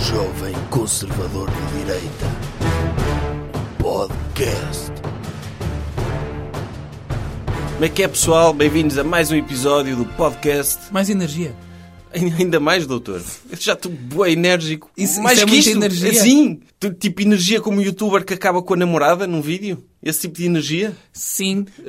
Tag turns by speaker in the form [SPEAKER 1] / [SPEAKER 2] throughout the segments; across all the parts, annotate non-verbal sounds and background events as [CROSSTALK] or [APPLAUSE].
[SPEAKER 1] Jovem Conservador de Direita. Podcast. Como é que é, pessoal? Bem-vindos a mais um episódio do podcast.
[SPEAKER 2] Mais energia.
[SPEAKER 1] Ainda mais, doutor. Eu já estou bué enérgico.
[SPEAKER 2] Isso-
[SPEAKER 1] mais
[SPEAKER 2] isso é
[SPEAKER 1] que
[SPEAKER 2] muita
[SPEAKER 1] isto.
[SPEAKER 2] energia.
[SPEAKER 1] Assim, tu- tipo energia como o youtuber que acaba com a namorada num vídeo. Esse tipo de energia. tipo
[SPEAKER 2] Sim.
[SPEAKER 1] que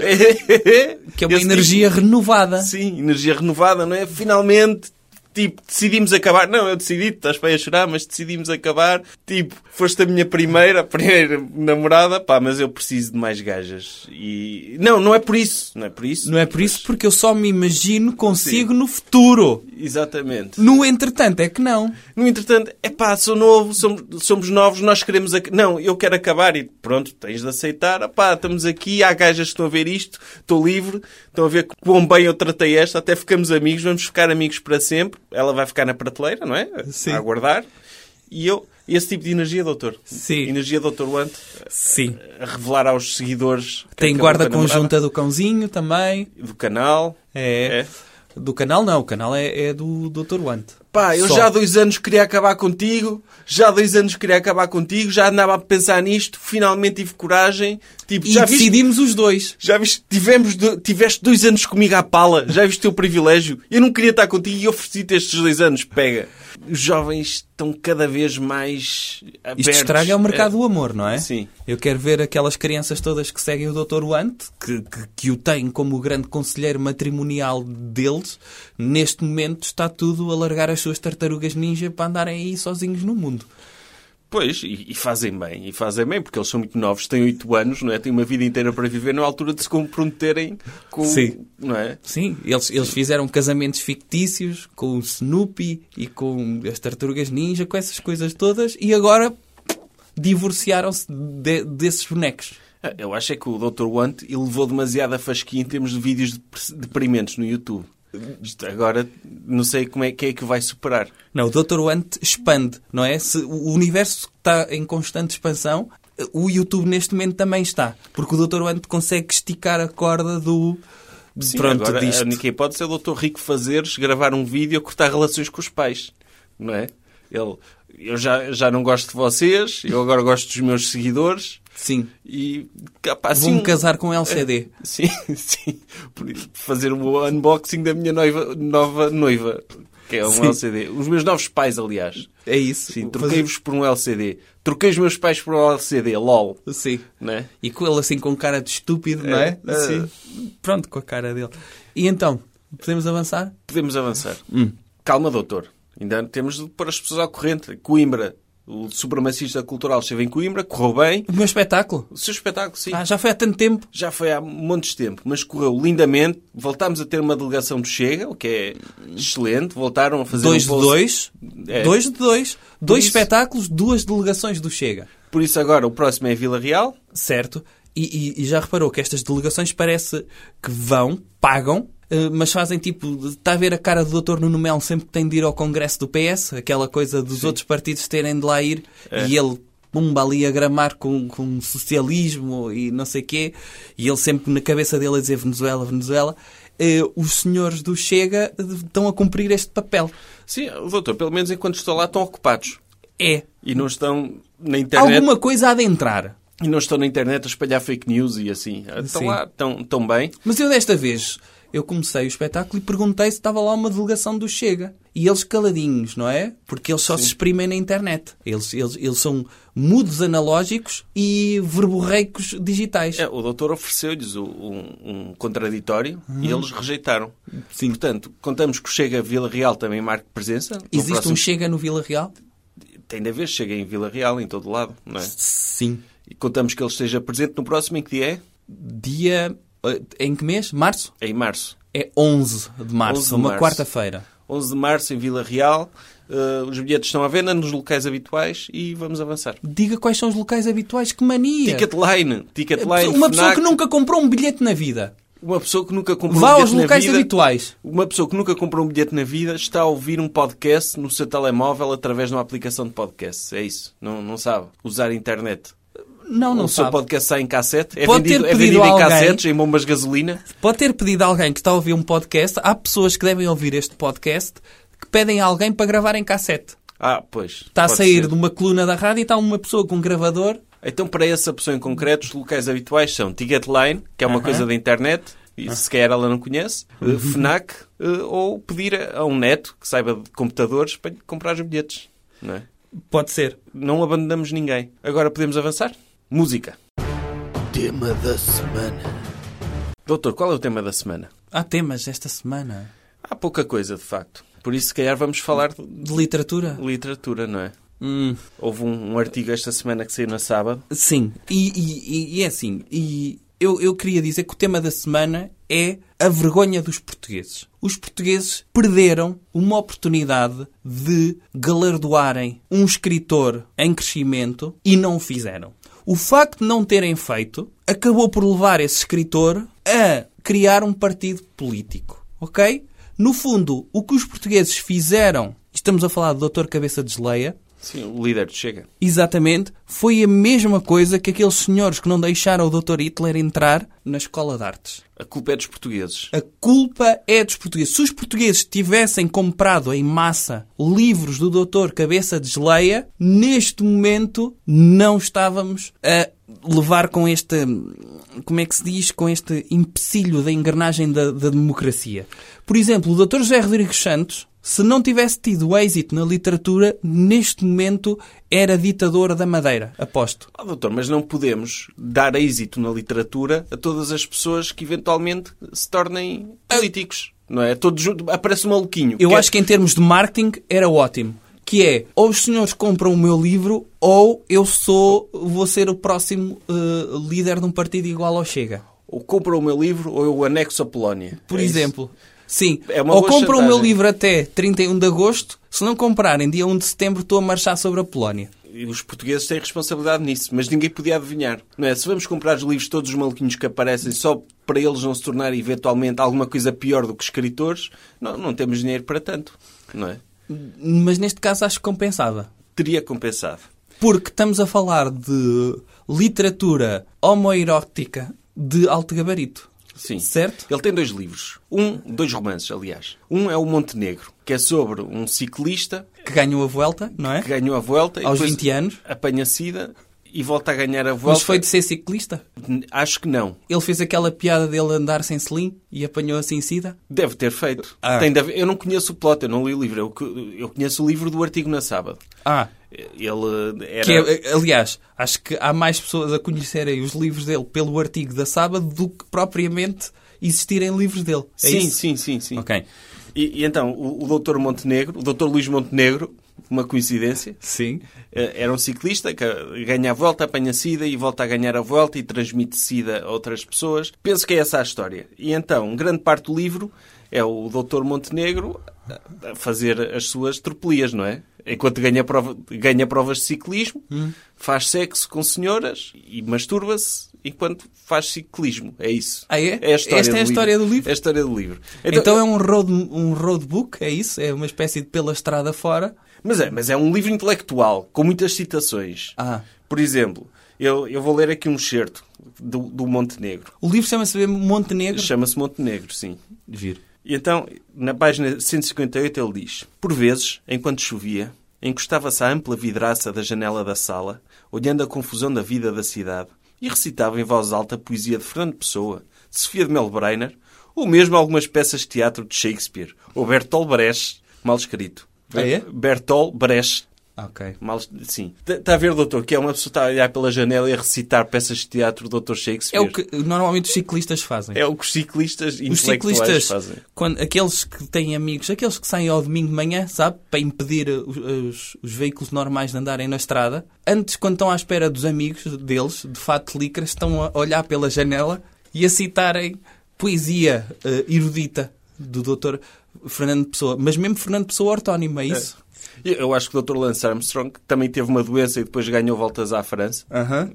[SPEAKER 2] Que é uma é energia renovada.
[SPEAKER 1] Sim, energia renovada, não é? Finalmente, tipo, decidimos acabar. Não, eu decidi, tu estás bem a chorar, mas decidimos acabar. Tipo, foste a minha primeira, a primeira namorada, pá, mas eu preciso de mais gajas. E. Não, não é por isso. Não é por isso.
[SPEAKER 2] Não é por isso porque eu só me imagino consigo no futuro.
[SPEAKER 1] Exatamente.
[SPEAKER 2] No entretanto, é que não.
[SPEAKER 1] No entretanto, é pá, sou novo, somos, somos novos, nós queremos. ac- Não, eu quero acabar e pronto, tens de aceitar. Ah, pá, estamos aqui, há gajas que estão a ver isto, estou livre, estão a ver que quão bem eu tratei esta, até ficamos amigos, vamos ficar amigos para sempre. Ela vai ficar na prateleira, não é?
[SPEAKER 2] Sim.
[SPEAKER 1] A aguardar. E eu, esse tipo de energia, doutor.
[SPEAKER 2] Sim.
[SPEAKER 1] Energia, doutor Want,
[SPEAKER 2] Sim.
[SPEAKER 1] a revelar aos seguidores. que
[SPEAKER 2] Tem
[SPEAKER 1] acabou
[SPEAKER 2] guarda
[SPEAKER 1] com a namorada
[SPEAKER 2] conjunta do cãozinho também.
[SPEAKER 1] Do canal.
[SPEAKER 2] É.
[SPEAKER 1] É.
[SPEAKER 2] Do canal não, o canal é, é do Dr. Want.
[SPEAKER 1] Pá, eu
[SPEAKER 2] Só.
[SPEAKER 1] já há dois anos queria acabar contigo, já há dois anos queria acabar contigo, já andava a pensar nisto, finalmente tive coragem. Tipo,
[SPEAKER 2] E
[SPEAKER 1] já viste,
[SPEAKER 2] decidimos os dois.
[SPEAKER 1] já viste, tivemos, do- tiveste dois anos comigo à pala, já viste o teu privilégio. Eu não queria estar contigo e ofereci-te estes dois anos, pega. Os jovens estão cada vez mais abertos.
[SPEAKER 2] Isto estraga o mercado do amor, não é?
[SPEAKER 1] Sim.
[SPEAKER 2] Eu quero ver aquelas crianças todas que seguem o Dr. Want, que, que, que o tem como o grande conselheiro matrimonial deles. Neste momento está tudo a largar as suas tartarugas ninja para andarem aí sozinhos no mundo.
[SPEAKER 1] Pois, e, e fazem bem, e fazem bem, porque eles são muito novos, têm oito anos, não é? Têm uma vida inteira para viver, na altura de se comprometerem com...
[SPEAKER 2] Sim.
[SPEAKER 1] Não é?
[SPEAKER 2] Sim, eles, eles fizeram casamentos fictícios com o Snoopy e com as tartarugas ninja, com essas coisas todas, e agora divorciaram-se de- desses bonecos.
[SPEAKER 1] Ah, Eu acho é que o Dr. Want elevou demasiado a fasquia em termos de vídeos dep- deprimentes no YouTube. Isto agora não sei como é que é que vai superar.
[SPEAKER 2] Não, o Dr. Want expande, não é? Se o universo está em constante expansão, o YouTube neste momento também está. Porque o Dr. Want consegue esticar a corda do.
[SPEAKER 1] Sim,
[SPEAKER 2] Pronto,
[SPEAKER 1] agora,
[SPEAKER 2] disto.
[SPEAKER 1] A única hipótese é o Dr. Rico Fazeres gravar um vídeo a cortar relações com os pais. Não é? Ele, eu já, já não gosto de vocês, eu agora gosto dos meus seguidores
[SPEAKER 2] Sim.
[SPEAKER 1] e capaz
[SPEAKER 2] Vou-me casar com um LCD.
[SPEAKER 1] Sim, [LAUGHS] sim. Por isso, Fazer o unboxing da minha noiva, nova noiva, que é um
[SPEAKER 2] Sim.
[SPEAKER 1] LCD. Os meus novos pais, aliás.
[SPEAKER 2] É isso.
[SPEAKER 1] Sim,
[SPEAKER 2] Vou
[SPEAKER 1] troquei-vos por um LCD. Troquei os meus pais por um LCD, lol.
[SPEAKER 2] fazer- Sim.
[SPEAKER 1] Né?
[SPEAKER 2] E com ele assim com cara de estúpido, não é?
[SPEAKER 1] É, sim.
[SPEAKER 2] Ah, Pronto, com a cara dele. E então, podemos avançar?
[SPEAKER 1] Podemos avançar.
[SPEAKER 2] Hum.
[SPEAKER 1] Calma, doutor. Ainda temos de pôr as pessoas à corrente. Coimbra, o supremacista cultural esteve em Coimbra, correu bem.
[SPEAKER 2] O meu espetáculo?
[SPEAKER 1] O seu espetáculo, sim.
[SPEAKER 2] Ah, já foi há tanto tempo.
[SPEAKER 1] Já foi há montes de tempo, mas correu lindamente. Voltámos a ter uma delegação do Chega, o que é excelente. Voltaram a fazer
[SPEAKER 2] 2 de
[SPEAKER 1] um post-
[SPEAKER 2] 2.
[SPEAKER 1] É.
[SPEAKER 2] 2 de 2. Dois
[SPEAKER 1] isso-
[SPEAKER 2] espetáculos, duas delegações do Chega.
[SPEAKER 1] Por isso agora o próximo é Vila Real.
[SPEAKER 2] Certo? E, e- e já reparou que estas delegações parece que vão, pagam, eh, mas fazem tipo. Está a ver a cara do doutor Nuno Melo sempre que tem de ir ao congresso do PS, aquela coisa dos outros partidos terem de lá ir e ele. Pumba ali a gramar com, com socialismo e não sei quê, e ele sempre na cabeça dele a dizer Venezuela, Venezuela. Eh, os senhores do Chega eh, estão a cumprir este papel.
[SPEAKER 1] Sim, doutor, pelo menos enquanto estou lá estão ocupados.
[SPEAKER 2] É.
[SPEAKER 1] E não estão na internet.
[SPEAKER 2] Alguma coisa há de entrar.
[SPEAKER 1] E não estão na internet a espalhar fake news e assim. Estão
[SPEAKER 2] Sim.
[SPEAKER 1] lá, estão, estão bem.
[SPEAKER 2] Mas eu desta vez, eu comecei o espetáculo e perguntei se estava lá uma delegação do Chega. E eles caladinhos, não é? Porque eles só se exprimem na internet. Eles, eles, eles são mudos analógicos e verborreicos digitais.
[SPEAKER 1] É, o doutor ofereceu-lhes o- um, um contraditório e eles rejeitaram.
[SPEAKER 2] Hum. Sim.
[SPEAKER 1] Portanto, contamos que o Chega Vila Real também marque presença. No
[SPEAKER 2] Existe
[SPEAKER 1] próximo-
[SPEAKER 2] um Chega no Vila Real?
[SPEAKER 1] Tem de haver Chega em Vila Real, em todo lado, não é?
[SPEAKER 2] Sim.
[SPEAKER 1] E contamos que ele esteja presente no próximo, em que dia é?
[SPEAKER 2] Dia. eh, Em que mês? Março?
[SPEAKER 1] Em março.
[SPEAKER 2] É 11 de março,
[SPEAKER 1] 11 de
[SPEAKER 2] uma
[SPEAKER 1] março.
[SPEAKER 2] quarta-feira.
[SPEAKER 1] 11 de março, em Vila Real. Eh, os bilhetes estão à venda nos locais habituais e vamos avançar.
[SPEAKER 2] Diga quais são os locais habituais, que mania! Eh,
[SPEAKER 1] Ticketline. Ticketline,
[SPEAKER 2] É, uma pessoa
[SPEAKER 1] Fnac,
[SPEAKER 2] que nunca comprou um bilhete na vida.
[SPEAKER 1] Uma pessoa que nunca comprou
[SPEAKER 2] Vá
[SPEAKER 1] um
[SPEAKER 2] aos
[SPEAKER 1] bilhete na
[SPEAKER 2] locais
[SPEAKER 1] vida,
[SPEAKER 2] habituais.
[SPEAKER 1] Uma pessoa que nunca comprou um bilhete na vida está a ouvir um podcast no seu telemóvel através de uma aplicação de podcast. É isso. Não, não sabe usar a internet.
[SPEAKER 2] Não, não
[SPEAKER 1] o seu
[SPEAKER 2] sabe.
[SPEAKER 1] podcast sai em cassete. É
[SPEAKER 2] Pode ter
[SPEAKER 1] vendido, é
[SPEAKER 2] pedido
[SPEAKER 1] vendido
[SPEAKER 2] a
[SPEAKER 1] em
[SPEAKER 2] alguém.
[SPEAKER 1] cassetes, em bombas de gasolina.
[SPEAKER 2] Pode ter pedido a alguém que está a ouvir um podcast. Há pessoas que devem ouvir este podcast que pedem a alguém para gravar em cassete.
[SPEAKER 1] Ah, pois.
[SPEAKER 2] Está a
[SPEAKER 1] pode
[SPEAKER 2] sair
[SPEAKER 1] ser.
[SPEAKER 2] de uma coluna da rádio e está uma pessoa com um gravador.
[SPEAKER 1] Então, para essa pessoa em concreto, os locais habituais são Ticketline, que é uma
[SPEAKER 2] Aham. Ah. Uhum.
[SPEAKER 1] coisa da internet, e se calhar ela não conhece, eh, FNAC, eh, ou pedir a a um neto que saiba de computadores para lhe comprar os bilhetes. Não, é?
[SPEAKER 2] Pode ser.
[SPEAKER 1] não abandonamos ninguém. Agora podemos avançar? Música.
[SPEAKER 3] Tema da semana.
[SPEAKER 1] Doutor, qual é o tema da semana?
[SPEAKER 2] Há temas esta semana.
[SPEAKER 1] Há pouca coisa, de facto. Por isso, se calhar, vamos falar de
[SPEAKER 2] De literatura?
[SPEAKER 1] literatura, não é?
[SPEAKER 2] Hum,
[SPEAKER 1] Houve um, um artigo esta semana que saiu na sábado.
[SPEAKER 2] sim. E, e- e- e é assim. E eu, eu queria dizer que o tema da semana é a vergonha dos portugueses. Os portugueses perderam uma oportunidade de galardoarem um escritor em crescimento e não o fizeram. O facto de não terem feito acabou por levar esse escritor a criar um partido político. Ok? No fundo, o que os portugueses fizeram, estamos a falar do Dr. Cabeça de Geleia,
[SPEAKER 1] Sim, o líder do Chega.
[SPEAKER 2] Exatamente, foi a mesma coisa que aqueles senhores que não deixaram o Dr. Hitler entrar na escola de artes.
[SPEAKER 1] A culpa é dos portugueses.
[SPEAKER 2] A culpa é dos portugueses. Se os portugueses tivessem comprado em massa livros do Dr. Cabeça de Geleia, neste momento não estávamos a levar com este, como é que se diz, com este empecilho da engrenagem da, da democracia. Por exemplo, o Dr. José Rodrigues Santos, se não tivesse tido êxito na literatura, neste momento era ditador da Madeira, aposto.
[SPEAKER 1] Ah, doutor, mas não podemos dar êxito na literatura a todas as pessoas que eventualmente se tornem políticos. Não é? Todos juntos. Aparece um maluquinho.
[SPEAKER 2] Eu
[SPEAKER 1] Quer-
[SPEAKER 2] acho que em termos de marketing era ótimo. Que é, ou os senhores compram o meu livro, ou eu sou, vou ser o próximo eh, líder de um partido igual ao Chega.
[SPEAKER 1] Ou compram o meu livro ou eu o anexo à Polónia.
[SPEAKER 2] Por
[SPEAKER 1] É isso.
[SPEAKER 2] exemplo. Sim.
[SPEAKER 1] É uma
[SPEAKER 2] ou
[SPEAKER 1] boa
[SPEAKER 2] compram o meu
[SPEAKER 1] chantagem.
[SPEAKER 2] livro até 31 de agosto, se não comprarem, dia 1 de setembro estou a marchar sobre a Polónia.
[SPEAKER 1] E os portugueses têm responsabilidade nisso, mas ninguém podia adivinhar. Não é? Se vamos comprar os livros de todos os maluquinhos que aparecem só para eles não se tornarem eventualmente alguma coisa pior do que escritores, não, não temos dinheiro para tanto. Não é?
[SPEAKER 2] Mas neste caso acho que compensava.
[SPEAKER 1] Teria compensado.
[SPEAKER 2] Porque estamos a falar de literatura homoerótica de alto gabarito.
[SPEAKER 1] Sim.
[SPEAKER 2] Certo?
[SPEAKER 1] Ele tem dois livros. Um, dois romances, aliás. Um é o Montenegro, que é sobre um ciclista
[SPEAKER 2] Que ganhou a volta, não é?
[SPEAKER 1] que ganhou a volta
[SPEAKER 2] Aos
[SPEAKER 1] depois
[SPEAKER 2] 20 anos.
[SPEAKER 1] apanha sida e volta a ganhar a volta.
[SPEAKER 2] Mas foi de ser ciclista.
[SPEAKER 1] Acho que não.
[SPEAKER 2] Ele fez aquela piada dele andar sem slim e apanhou assim sida.
[SPEAKER 1] Deve ter feito.
[SPEAKER 2] Ah.
[SPEAKER 1] Tem de haver- Eu não conheço o plot, eu não li o livro. Eu, co- eu conheço o livro do artigo na sábado.
[SPEAKER 2] Ah,
[SPEAKER 1] Ele eh, era.
[SPEAKER 2] que é, aliás, acho que há mais pessoas a conhecerem os livros dele pelo artigo da sábado do que propriamente existirem livros dele. É
[SPEAKER 1] sim,
[SPEAKER 2] isso?
[SPEAKER 1] sim, sim, sim.
[SPEAKER 2] Ok.
[SPEAKER 1] E, e então, o, o doutor Montenegro, o doutor Luís Montenegro, uma coincidência,
[SPEAKER 2] Sim.
[SPEAKER 1] Eh, Era um ciclista que ganha a volta, apanha sida e volta a ganhar a volta e transmite sida a outras pessoas. Penso que é essa a história. E então, grande parte do livro é o Dr. Montenegro a- a fazer as suas tropelias, não é? Enquanto ganha, prova- ganha provas de ciclismo,
[SPEAKER 2] Hum.
[SPEAKER 1] faz sexo com senhoras e masturba-se enquanto faz ciclismo. É isso.
[SPEAKER 2] Ah, é?
[SPEAKER 1] a história
[SPEAKER 2] Esta é a
[SPEAKER 1] do
[SPEAKER 2] história do livro?
[SPEAKER 1] É a história do livro.
[SPEAKER 2] Então, é um road, um road book, é isso? É uma espécie de pela estrada fora.
[SPEAKER 1] Mas é, mas é um livro intelectual, com muitas citações.
[SPEAKER 2] Ah.
[SPEAKER 1] Por exemplo, eu, eu vou ler aqui um excerto do, do Montenegro.
[SPEAKER 2] O livro chama-se mesmo Montenegro.
[SPEAKER 1] Chama-se Montenegro, sim.
[SPEAKER 2] Giro.
[SPEAKER 1] E então, na página 158 ele diz... Por vezes, enquanto chovia, encostava-se à ampla vidraça da janela da sala, olhando a confusão da vida da cidade, e recitava em voz alta a poesia de Fernando Pessoa, de Sofia de Melbreiner, ou mesmo algumas peças de teatro de Shakespeare, ou Bertolt Brecht, mal escrito.
[SPEAKER 2] Ah, é?
[SPEAKER 1] Bertolt Brecht.
[SPEAKER 2] Ok.
[SPEAKER 1] Mal, sim. Está a ver, doutor, que é uma pessoa que está a olhar pela janela e a recitar peças de teatro do Dr.
[SPEAKER 2] É
[SPEAKER 1] Shakespeare.
[SPEAKER 2] o que normalmente os ciclistas fazem.
[SPEAKER 1] É o que os ciclistas
[SPEAKER 2] Os
[SPEAKER 1] intelectuais
[SPEAKER 2] ciclistas,
[SPEAKER 1] fazem.
[SPEAKER 2] quando, aqueles que têm amigos, aqueles que saem ao domingo de manhã, sabe, para impedir uh, os, os- os veículos normais de andarem na estrada, antes, quando estão à espera dos amigos deles, de fato de licras, estão a olhar pela janela e a citarem poesia uh, erudita do Dr. Fernando Pessoa. Mas mesmo Fernando Pessoa ortónimo, é isso?
[SPEAKER 1] E Eu acho que o Dr. Lance Armstrong também teve uma doença e depois ganhou voltas à França,
[SPEAKER 2] Aham.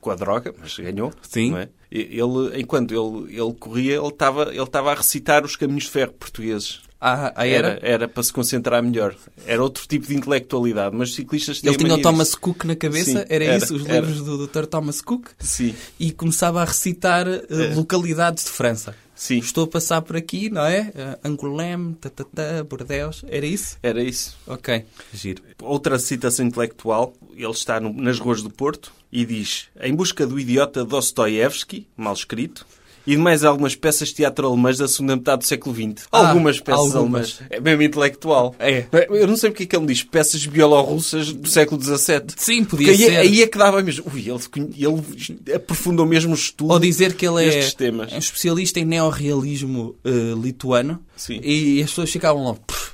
[SPEAKER 1] com a droga, mas ganhou.
[SPEAKER 2] Sim.
[SPEAKER 1] não é? E Ele, enquanto ele, ele corria, ele estava ele estava a recitar os caminhos de ferro portugueses.
[SPEAKER 2] Ah, ah, era?
[SPEAKER 1] Era, para se concentrar melhor. Era outro tipo de intelectualidade, mas os ciclistas têm
[SPEAKER 2] Ele
[SPEAKER 1] a
[SPEAKER 2] tinha o
[SPEAKER 1] mania
[SPEAKER 2] Thomas
[SPEAKER 1] disso.
[SPEAKER 2] Cook na cabeça,
[SPEAKER 1] Sim,
[SPEAKER 2] era,
[SPEAKER 1] era,
[SPEAKER 2] isso? Os
[SPEAKER 1] era.
[SPEAKER 2] livros do Dr. Thomas Cook?
[SPEAKER 1] Sim. É.
[SPEAKER 2] E começava a recitar uh, eh, localidades de França.
[SPEAKER 1] Sim.
[SPEAKER 2] Estou a passar por aqui, não é? Eh, Angoulême, tatatá, Bordeus. Era isso?
[SPEAKER 1] Era isso.
[SPEAKER 2] Ok. Giro.
[SPEAKER 1] Outra citação intelectual, ele está no- nas ruas do Porto e diz: Em busca do idiota Dostoiévski, mal escrito, e de mais algumas peças de teatro alemãs da segunda metade do século XX.
[SPEAKER 2] Ah,
[SPEAKER 1] algumas peças
[SPEAKER 2] algumas.
[SPEAKER 1] alemãs. É mesmo intelectual.
[SPEAKER 2] É.
[SPEAKER 1] Eu não sei porque é que ele diz peças bielorrussas do século XVII.
[SPEAKER 2] Sim,
[SPEAKER 1] Porque
[SPEAKER 2] podia
[SPEAKER 1] aí,
[SPEAKER 2] ser.
[SPEAKER 1] aí é que dava mesmo. Ui, ele, conhe- ele aprofundou mesmo o estudo.
[SPEAKER 2] Ou dizer que ele
[SPEAKER 1] Estes
[SPEAKER 2] é,
[SPEAKER 1] temas.
[SPEAKER 2] é um especialista em neorrealismo eh, lituano.
[SPEAKER 1] Sim.
[SPEAKER 2] E as pessoas ficavam logo... "Pff,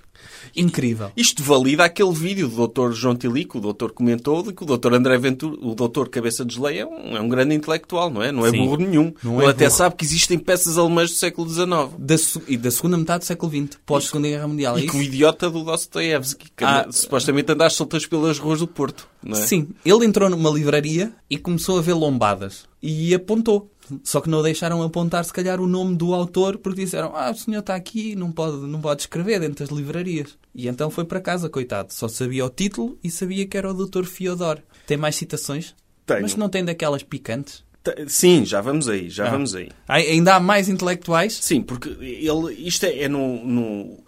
[SPEAKER 2] Incrível.
[SPEAKER 1] Isto valida aquele vídeo do Dr. João Tilico, o Dr. comentou, de que o Dr. André Ventura, o Dr. Cabeça de Geleia é um, é um grande intelectual, não é? Não é
[SPEAKER 2] Sim.
[SPEAKER 1] burro nenhum.
[SPEAKER 2] Não
[SPEAKER 1] Ele
[SPEAKER 2] é
[SPEAKER 1] até
[SPEAKER 2] burro.
[SPEAKER 1] sabe que existem peças alemãs do século XIX.
[SPEAKER 2] Da, se- e da segunda metade do século XX, pós-segunda guerra mundial.
[SPEAKER 1] E
[SPEAKER 2] é
[SPEAKER 1] que
[SPEAKER 2] isso?
[SPEAKER 1] o idiota do Dostoevsky, que
[SPEAKER 2] Ah.
[SPEAKER 1] anda- supostamente anda às soltas pelas ruas do Porto, não é?
[SPEAKER 2] Sim, ele entrou numa livraria e começou a ver lombadas. E apontou. Só que não o deixaram apontar, se calhar, o nome do autor, porque disseram: Ah, o senhor está aqui, não pode, não pode escrever dentro das livrarias. E então foi para casa, coitado. Só sabia o título e sabia que era o Dr. Fiodor. Tem mais citações?
[SPEAKER 1] Tenho.
[SPEAKER 2] Mas não tem daquelas picantes?
[SPEAKER 1] T- Sim, já vamos aí, já
[SPEAKER 2] Ah.
[SPEAKER 1] vamos aí.
[SPEAKER 2] Ai, ainda há mais intelectuais?
[SPEAKER 1] Sim, porque ele, isto é, é no, no-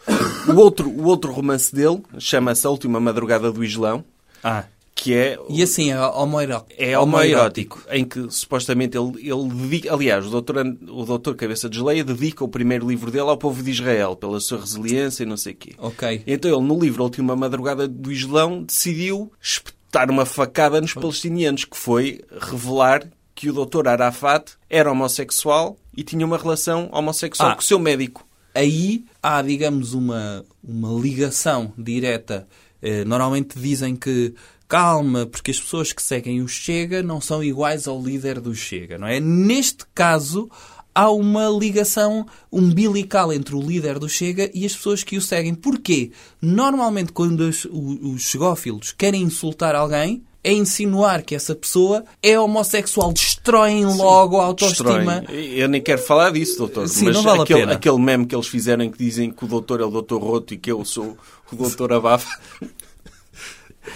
[SPEAKER 1] o, outro, o outro romance dele, chama-se A Última Madrugada do Islão,
[SPEAKER 2] Ah.
[SPEAKER 1] que é...
[SPEAKER 2] E assim, é homoerótico.
[SPEAKER 1] É homoerótico, em que supostamente ele, ele dedica. Aliás, o doutor, An- o doutor Cabeça de Geleia dedica o primeiro livro dele ao povo de Israel, pela sua resiliência e não sei o quê.
[SPEAKER 2] Ok.
[SPEAKER 1] Então ele, no livro A Última Madrugada do Islão, decidiu espetar uma facada nos palestinianos, que foi revelar que o doutor Arafat era homossexual e tinha uma relação homossexual
[SPEAKER 2] Ah.
[SPEAKER 1] com o seu médico.
[SPEAKER 2] aí há, digamos, uma, uma ligação direta. Eh, Normalmente dizem que calma, porque as pessoas que seguem o Chega não são iguais ao líder do Chega, não é? Neste caso, há uma ligação umbilical entre o líder do Chega e as pessoas que o seguem. Porquê? Normalmente, quando os, o- os chegófilos querem insultar alguém, é insinuar que essa pessoa é homossexual. Destroem logo a autoestima.
[SPEAKER 1] Estranho. Eu nem quero falar disso, doutor.
[SPEAKER 2] Sim,
[SPEAKER 1] mas
[SPEAKER 2] não vale a
[SPEAKER 1] aquele,
[SPEAKER 2] pena.
[SPEAKER 1] aquele meme que eles fizeram em que dizem que o doutor é o doutor Roto e que eu sou o doutor Abafa. [LAUGHS]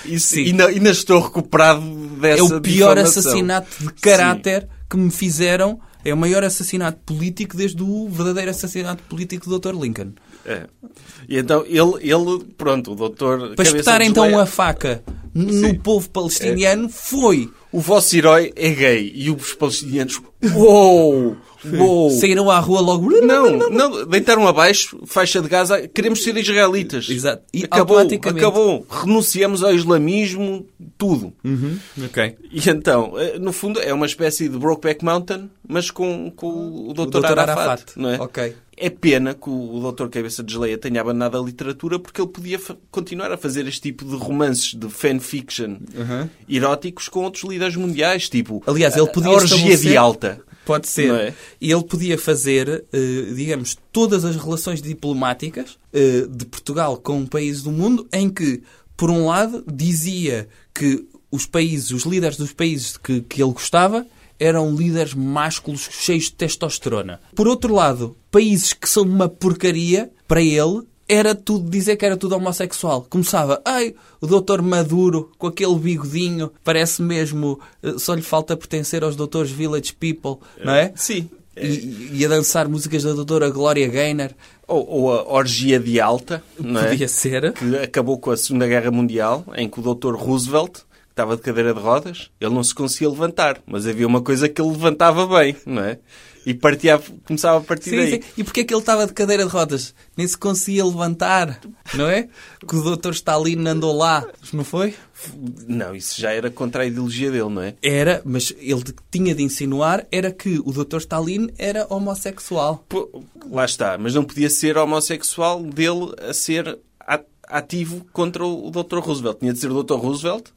[SPEAKER 1] Isso,
[SPEAKER 2] Sim.
[SPEAKER 1] ainda, ainda estou recuperado dessa
[SPEAKER 2] é o pior
[SPEAKER 1] difamação.
[SPEAKER 2] assassinato de caráter que me fizeram. É o maior assassinato político desde o verdadeiro assassinato político do Dr. Lincoln.
[SPEAKER 1] É. E então ele, ele pronto, o doutor...
[SPEAKER 2] Para
[SPEAKER 1] Cabeça de É.
[SPEAKER 2] espetar então
[SPEAKER 1] Geleia,
[SPEAKER 2] a faca n- no povo palestiniano foi.
[SPEAKER 1] O vosso herói é gay e os palestinianos... Uou! Uou!
[SPEAKER 2] Saíram à rua logo.
[SPEAKER 1] Não, não, deitaram abaixo, faixa de Gaza, queremos ser israelitas.
[SPEAKER 2] Exato. E
[SPEAKER 1] acabou,
[SPEAKER 2] automaticamente-
[SPEAKER 1] acabou. Renunciamos ao islamismo, tudo.
[SPEAKER 2] Hum. Uhum. Ok.
[SPEAKER 1] E então, eh, no fundo, é uma espécie de Brokeback Mountain, mas com, com o Dr.
[SPEAKER 2] Dr.
[SPEAKER 1] Arafat.
[SPEAKER 2] Arafat,
[SPEAKER 1] Não é?
[SPEAKER 2] ok.
[SPEAKER 1] é pena que o Dr. Cabeça de Geleia tenha abandonado a literatura porque ele podia fa- continuar a fazer este tipo de romances de fanfiction eróticos com outros líderes mundiais, tipo
[SPEAKER 2] Aliás, ele
[SPEAKER 1] a-
[SPEAKER 2] podia
[SPEAKER 1] a Orgia
[SPEAKER 2] estabelecer-
[SPEAKER 1] de Alta.
[SPEAKER 2] Pode ser.
[SPEAKER 1] Não é?
[SPEAKER 2] E ele podia fazer, eh, digamos, todas as relações diplomáticas eh, de Portugal com países do mundo em que, por um lado, dizia que os países, os líderes dos países que, que ele gostava eram líderes másculos cheios de testosterona. Por outro lado, países que são uma porcaria, para ele, era tudo, dizer que era tudo homossexual. Começava, ai, o doutor Maduro, com aquele bigodinho, parece mesmo, eh, só lhe falta pertencer aos doutores Village People, não é?
[SPEAKER 1] Sim.
[SPEAKER 2] E, e a dançar músicas da doutora Glória Gaynor.
[SPEAKER 1] Ou, ou a Orgia de Alta, não é?
[SPEAKER 2] Podia ser.
[SPEAKER 1] que acabou com a Segunda Guerra Mundial, em que o Dr. Roosevelt, que estava de cadeira de rodas, ele não se conseguia levantar, mas havia uma coisa que ele levantava bem, não é? E partia, começava a partir
[SPEAKER 2] Sim,
[SPEAKER 1] daí.
[SPEAKER 2] sim. E porquê é que ele estava de cadeira de rodas? Nem se conseguia levantar, não é? Que o doutor Stalin andou lá, não foi?
[SPEAKER 1] Não, isso já era contra a ideologia dele, não é?
[SPEAKER 2] Era, mas ele tinha de insinuar era que o doutor Stalin era homossexual.
[SPEAKER 1] Pô, lá está, mas não podia ser homossexual dele a ser a- ativo contra o Dr. Roosevelt. Tinha de ser o Dr. Roosevelt.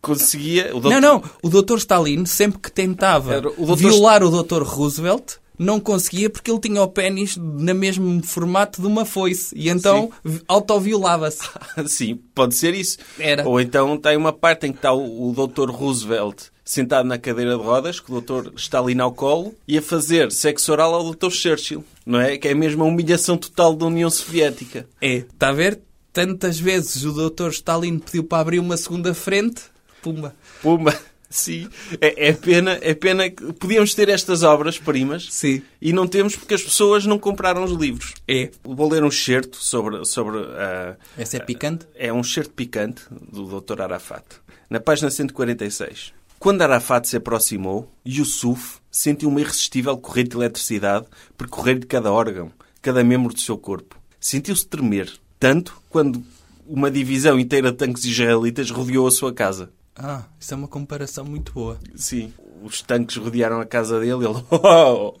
[SPEAKER 1] Conseguia. O Dr.
[SPEAKER 2] Não, não. O Dr. Stalin, sempre que tentava
[SPEAKER 1] Era o Dr.
[SPEAKER 2] violar o Dr. Roosevelt, não conseguia porque ele tinha o pênis no mesmo formato de uma foice. E então vi- autoviolava-se.
[SPEAKER 1] [LAUGHS] Sim, pode ser isso.
[SPEAKER 2] Era.
[SPEAKER 1] Ou então tem uma parte em que está o, o Dr. Roosevelt sentado na cadeira de rodas, que o Dr. Stalin ao colo, e a fazer sexo oral ao Dr. Churchill, não é? Que é mesmo a humilhação total da União Soviética.
[SPEAKER 2] É, está a ver? Tantas vezes o Dr. Stalin pediu para abrir uma segunda frente. Pumba.
[SPEAKER 1] Pumba! [LAUGHS] Sim, é, é pena, é pena que podíamos ter estas obras-primas
[SPEAKER 2] Sim.
[SPEAKER 1] e não temos porque as pessoas não compraram os livros.
[SPEAKER 2] É.
[SPEAKER 1] Vou ler um excerto sobre, sobre ah,
[SPEAKER 2] Essa é picante?
[SPEAKER 1] é um excerto picante do Dr. Arafat, na página 146. Quando Arafat se aproximou, Yusuf sentiu uma irresistível corrente de eletricidade percorrer de cada órgão, cada membro do seu corpo. Sentiu-se tremer, tanto quando uma divisão inteira de tanques israelitas rodeou a sua casa.
[SPEAKER 2] Ah, isso é uma comparação muito boa.
[SPEAKER 1] Sim. Os tanques rodearam a casa dele e ele... "Oh!"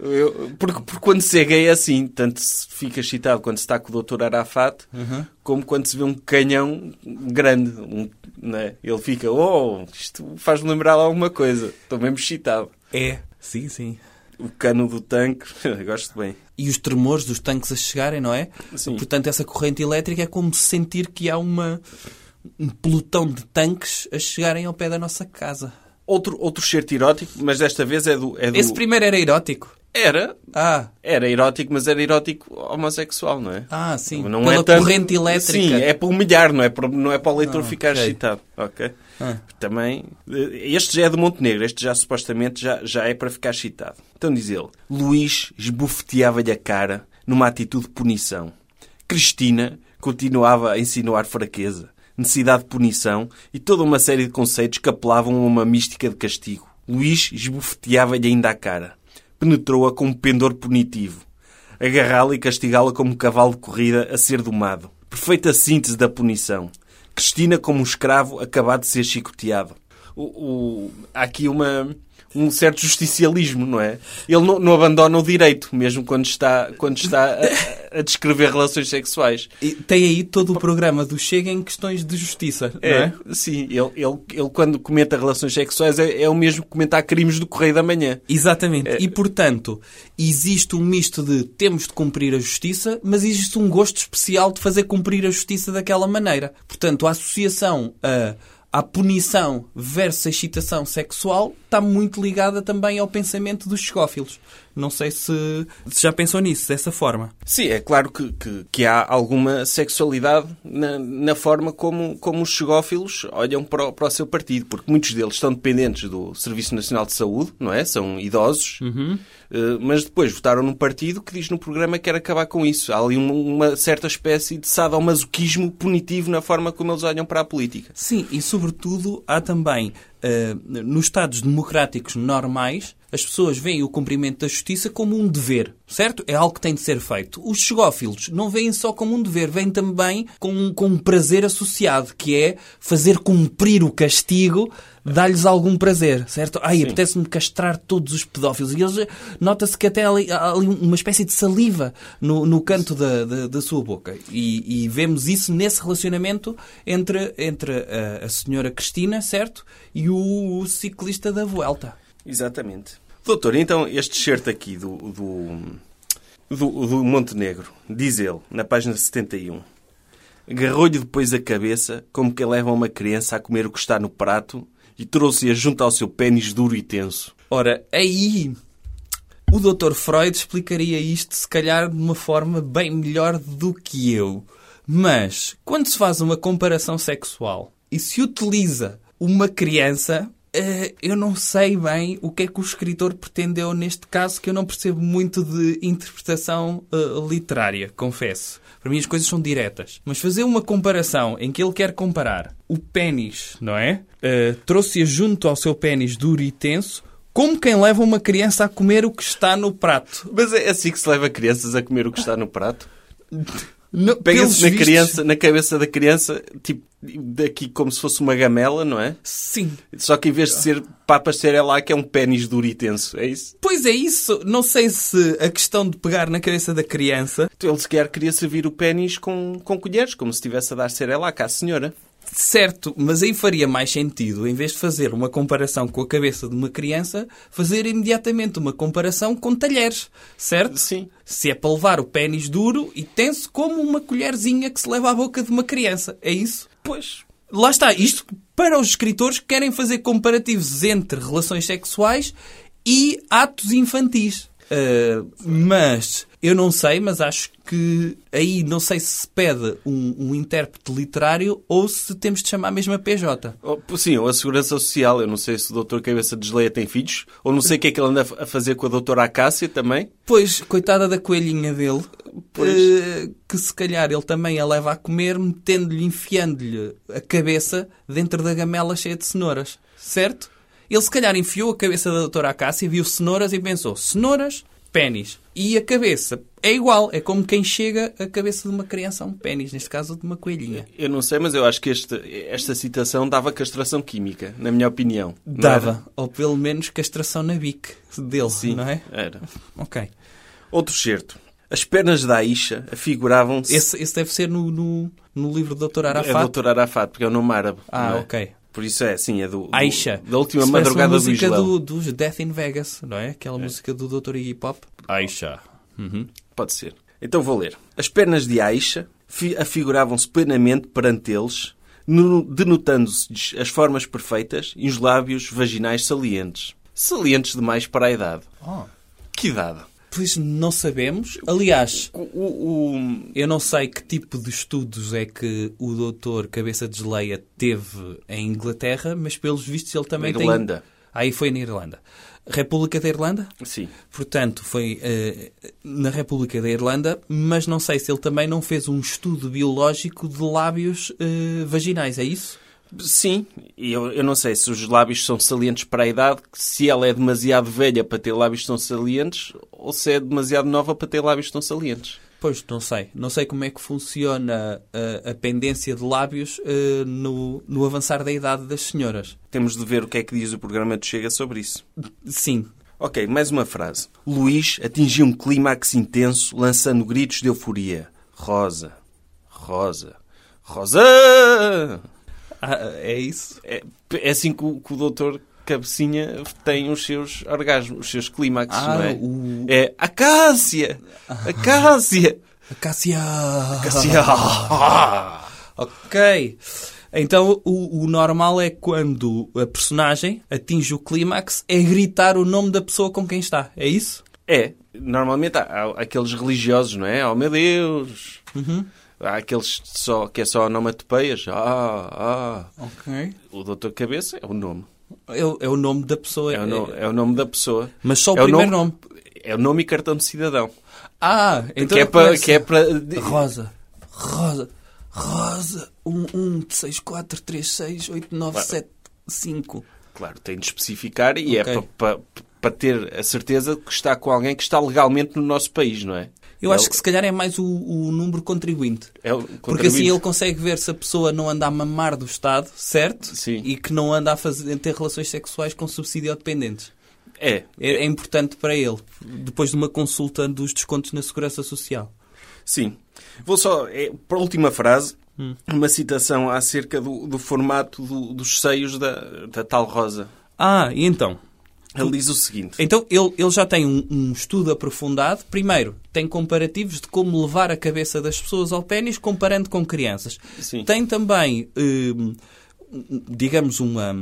[SPEAKER 1] Eu- porque, porque quando se é gay é assim. Tanto se fica excitado quando se está com o Dr. Arafat, como quando se vê um canhão grande. um- né? Ele fica... Oh, isto faz-me lembrar alguma coisa. Estou mesmo excitado.
[SPEAKER 2] É. Sim, sim.
[SPEAKER 1] O cano do tanque... [LAUGHS] Gosto bem.
[SPEAKER 2] E os tremores dos tanques a chegarem, não é?
[SPEAKER 1] Sim.
[SPEAKER 2] Portanto, essa corrente elétrica é como sentir que há uma, um pelotão de tanques a chegarem ao pé da nossa casa.
[SPEAKER 1] Outro, outro certo erótico, mas desta vez é do... É do...
[SPEAKER 2] Esse primeiro era erótico.
[SPEAKER 1] Era...
[SPEAKER 2] Ah,
[SPEAKER 1] Era erótico, mas era erótico homossexual, não é?
[SPEAKER 2] ah sim.
[SPEAKER 1] Não
[SPEAKER 2] Pela
[SPEAKER 1] é tanto-
[SPEAKER 2] corrente elétrica. Ah,
[SPEAKER 1] Sim, é para humilhar, não é para, não é para o leitor ficar
[SPEAKER 2] ok.
[SPEAKER 1] excitado. Ok.
[SPEAKER 2] Ah.
[SPEAKER 1] Também. eh, Este já é de Montenegro, este já supostamente já, já é para ficar excitado. Então diz ele: Luís esbofeteava-lhe a cara numa atitude de punição. Cristina continuava a insinuar fraqueza, necessidade de punição e toda uma série de conceitos que apelavam a uma mística de castigo. Luís esbofeteava-lhe ainda a cara. Penetrou-a com um pendor punitivo agarrá-la e castigá-la como um cavalo de corrida a ser domado. Perfeita síntese da punição. Cristina como um escravo acabado de ser chicoteado. O- o- há aqui uma, um certo justicialismo, não é? Ele não, não abandona o direito, mesmo quando está, quando está a, a descrever relações sexuais.
[SPEAKER 2] E tem aí todo o programa do Chega em questões de justiça,
[SPEAKER 1] É,
[SPEAKER 2] não é?
[SPEAKER 1] sim, ele, ele, ele quando comenta relações sexuais é, é o mesmo que comentar crimes do Correio da Manhã.
[SPEAKER 2] Exatamente. E, portanto, existe um misto de temos de cumprir a justiça, mas existe um gosto especial de fazer cumprir a justiça daquela maneira. Portanto, a associação a, à punição versus a excitação sexual está muito ligada também ao pensamento dos chegófilos. Não sei se, se já pensou nisso, dessa forma.
[SPEAKER 1] Sim, é claro que, que, que há alguma sexualidade na, na forma como, como os chegófilos olham para o, para o seu partido, porque muitos deles estão dependentes do Serviço Nacional de Saúde, não é? São idosos, Eh, mas depois votaram num partido que diz no programa que quer acabar com isso. Há ali uma, uma certa espécie de sadomasoquismo punitivo na forma como eles olham para a política.
[SPEAKER 2] Sim, e sobretudo há também, eh, nos Estados democráticos normais, as pessoas veem o cumprimento da justiça como um dever, certo? É algo que tem de ser feito. Os chegófilos não veem só como um dever, veem também com, com um prazer associado, que é fazer cumprir o castigo dá-lhes algum prazer, certo? Ai, apetece-me castrar todos os pedófilos. E eles, nota-se que até há ali, há ali uma espécie de saliva no, no canto da, da, da sua boca. E, e vemos isso nesse relacionamento entre, entre eh, a, a senhora Cristina, certo? E o, o ciclista da Vuelta.
[SPEAKER 1] Exatamente. Doutor, então este certo aqui do, do, do, do Montenegro, diz ele, na página 71. Agarrou-lhe depois a cabeça, como que leva uma criança a comer o que está no prato, e trouxe-a junto ao seu pênis duro e tenso.
[SPEAKER 2] Ora, aí o Dr. Freud explicaria isto, se calhar, de uma forma bem melhor do que eu. Mas, quando se faz uma comparação sexual e se utiliza uma criança, eh, eu não sei bem o que é que o escritor pretendeu neste caso, que eu não percebo muito de interpretação eh, literária, confesso. Para mim as coisas são diretas. Mas fazer uma comparação em que ele quer comparar o pénis, não é? Eh, Trouxe-a junto ao seu pénis duro e tenso, como quem leva uma criança a comer o que está no prato.
[SPEAKER 1] Mas é assim que se leva crianças a comer o que está no prato?
[SPEAKER 2] Não, pelos
[SPEAKER 1] Pega-se na,
[SPEAKER 2] vistos-
[SPEAKER 1] criança, na cabeça da criança, tipo, daqui como se fosse uma gamela, não é?
[SPEAKER 2] Sim.
[SPEAKER 1] Só que em
[SPEAKER 2] Ah.
[SPEAKER 1] vez de ser papas, ser é lá que é um pênis duro e tenso, é isso?
[SPEAKER 2] Pois é isso. Não sei se a questão de pegar na cabeça da criança
[SPEAKER 1] Então, Ele sequer queria servir o pênis com, com colheres, como se estivesse a dar serelac à senhora.
[SPEAKER 2] Certo, mas aí faria mais sentido, em vez de fazer uma comparação com a cabeça de uma criança, fazer imediatamente uma comparação com talheres, certo?
[SPEAKER 1] Sim.
[SPEAKER 2] Se é para levar o pénis duro e tenso como uma colherzinha que se leva à boca de uma criança, é isso?
[SPEAKER 1] Pois.
[SPEAKER 2] Lá está, isto para os escritores que querem fazer comparativos entre relações sexuais e atos infantis. Uh, mas eu não sei, mas acho que aí não sei se se pede um, um intérprete literário ou se temos de chamar mesmo a PJ.
[SPEAKER 1] Oh, pô, Sim, ou a Segurança Social. Eu não sei se o doutor Cabeça de Geleia tem filhos. Ou não sei o que é que ele anda a fazer com a doutora Acácia também.
[SPEAKER 2] Pois, coitada da coelhinha dele, eh, que se calhar ele também a leva a comer, metendo-lhe, enfiando-lhe a cabeça dentro da gamela cheia de cenouras, certo? Ele se calhar enfiou a cabeça da doutora Acácia, viu cenouras e pensou, cenouras, pênis. E a cabeça é igual, é como quem chega a cabeça de uma criança a um pênis, neste caso de uma coelhinha.
[SPEAKER 1] Eu não sei, mas eu acho que este- esta citação dava castração química, na minha opinião. Não era?
[SPEAKER 2] Dava, ou pelo menos castração na bique dele,
[SPEAKER 1] Sim,
[SPEAKER 2] não é?
[SPEAKER 1] era.
[SPEAKER 2] Ok.
[SPEAKER 1] Outro certo. As pernas da Aisha afiguravam-se...
[SPEAKER 2] Esse, esse deve ser no, no, no livro do doutor Arafat.
[SPEAKER 1] É doutor Arafat, porque é o nome árabe.
[SPEAKER 2] Ah,
[SPEAKER 1] não é?
[SPEAKER 2] ok.
[SPEAKER 1] Por isso é, sim, é do, do-
[SPEAKER 2] Aisha.
[SPEAKER 1] da última
[SPEAKER 2] Isso parece uma
[SPEAKER 1] madrugada do
[SPEAKER 2] música
[SPEAKER 1] Islão.
[SPEAKER 2] do- dos Death in Vegas, não é? Aquela música do Dr. Iggy Pop. Aisha.
[SPEAKER 1] Uhum. Pode ser. Então vou ler. As pernas de Aisha fi- afiguravam-se plenamente perante eles, nu- denotando-se as formas perfeitas e os lábios vaginais salientes. Salientes demais para a idade. Que idade?
[SPEAKER 2] Pois não sabemos. Aliás,
[SPEAKER 1] O, o- o-
[SPEAKER 2] eu não sei que tipo de estudos é que o doutor Cabeça de Geleia teve em Inglaterra, mas pelos vistos ele também
[SPEAKER 1] Na
[SPEAKER 2] tem...
[SPEAKER 1] Irlanda.
[SPEAKER 2] Aí foi na Irlanda. República da Irlanda?
[SPEAKER 1] Sim.
[SPEAKER 2] Portanto, foi eh, na República da Irlanda, mas não sei se ele também não fez um estudo biológico de lábios eh, vaginais, é isso?
[SPEAKER 1] Sim, e eu, eu não sei se os lábios são salientes para a idade, se ela é demasiado velha para ter lábios tão salientes, ou se é demasiado nova para ter lábios tão salientes.
[SPEAKER 2] Pois, não sei. Não sei como é que funciona a, a pendência de lábios eh, no, no avançar da idade das senhoras.
[SPEAKER 1] Temos de ver o que é que diz o programa do Chega sobre isso.
[SPEAKER 2] Sim.
[SPEAKER 1] Ok, mais uma frase. Luís atingiu um clímax intenso, lançando gritos de euforia. Rosa, Rosa, Rosa!
[SPEAKER 2] Ah, é isso?
[SPEAKER 1] É, é assim que o, que o doutor Cabecinha tem os seus orgasmos, os seus clímaxes,
[SPEAKER 2] Ah,
[SPEAKER 1] não é?
[SPEAKER 2] o-
[SPEAKER 1] É Acácia! Acácia!
[SPEAKER 2] Acácia!
[SPEAKER 1] Acácia!
[SPEAKER 2] Ok. Então, o, o normal é quando a personagem atinge o clímax é gritar o nome da pessoa com quem está. É isso?
[SPEAKER 1] É, normalmente há, há aqueles religiosos, não é? Oh meu Deus!
[SPEAKER 2] Uhum.
[SPEAKER 1] Há aqueles só, que é só onomatopeias. Ah, ah.
[SPEAKER 2] Ok.
[SPEAKER 1] O doutor Cabeça é o nome.
[SPEAKER 2] É, é o nome da pessoa.
[SPEAKER 1] É o nome, é o nome da pessoa.
[SPEAKER 2] Mas só o
[SPEAKER 1] é
[SPEAKER 2] primeiro
[SPEAKER 1] É o nome e cartão de cidadão.
[SPEAKER 2] Ah, então
[SPEAKER 1] que, é
[SPEAKER 2] eu
[SPEAKER 1] para,
[SPEAKER 2] começo.
[SPEAKER 1] que é para...
[SPEAKER 2] Rosa, Rosa, Rosa, 1, 1, 6, 4, 3, 6, 8, 9, 7, 5.
[SPEAKER 1] Claro, tem de especificar e é
[SPEAKER 2] Ok.
[SPEAKER 1] para, para, para ter a certeza que está com alguém que está legalmente no nosso país, não é?
[SPEAKER 2] Eu
[SPEAKER 1] É
[SPEAKER 2] acho
[SPEAKER 1] o-
[SPEAKER 2] que se calhar é mais o, o número contribuinte.
[SPEAKER 1] é o
[SPEAKER 2] Porque assim
[SPEAKER 1] contribuinte.
[SPEAKER 2] ele consegue ver se a pessoa não anda a mamar do Estado, certo?
[SPEAKER 1] Sim.
[SPEAKER 2] E que não anda a, fazer, a ter relações sexuais com subsidiodependentes.
[SPEAKER 1] É,
[SPEAKER 2] É, é importante para ele, depois de uma consulta dos descontos na Segurança Social.
[SPEAKER 1] Sim. Vou só, é, para a última frase,
[SPEAKER 2] Hum.
[SPEAKER 1] uma citação acerca do, do formato do- dos seios da, da tal Rosa.
[SPEAKER 2] Ah, e então?
[SPEAKER 1] Ele diz o seguinte.
[SPEAKER 2] Então ele, ele já tem um, um estudo aprofundado. Primeiro, tem comparativos de como levar a cabeça das pessoas ao pênis comparando com crianças.
[SPEAKER 1] Sim.
[SPEAKER 2] Tem também, hum, um- digamos, uma,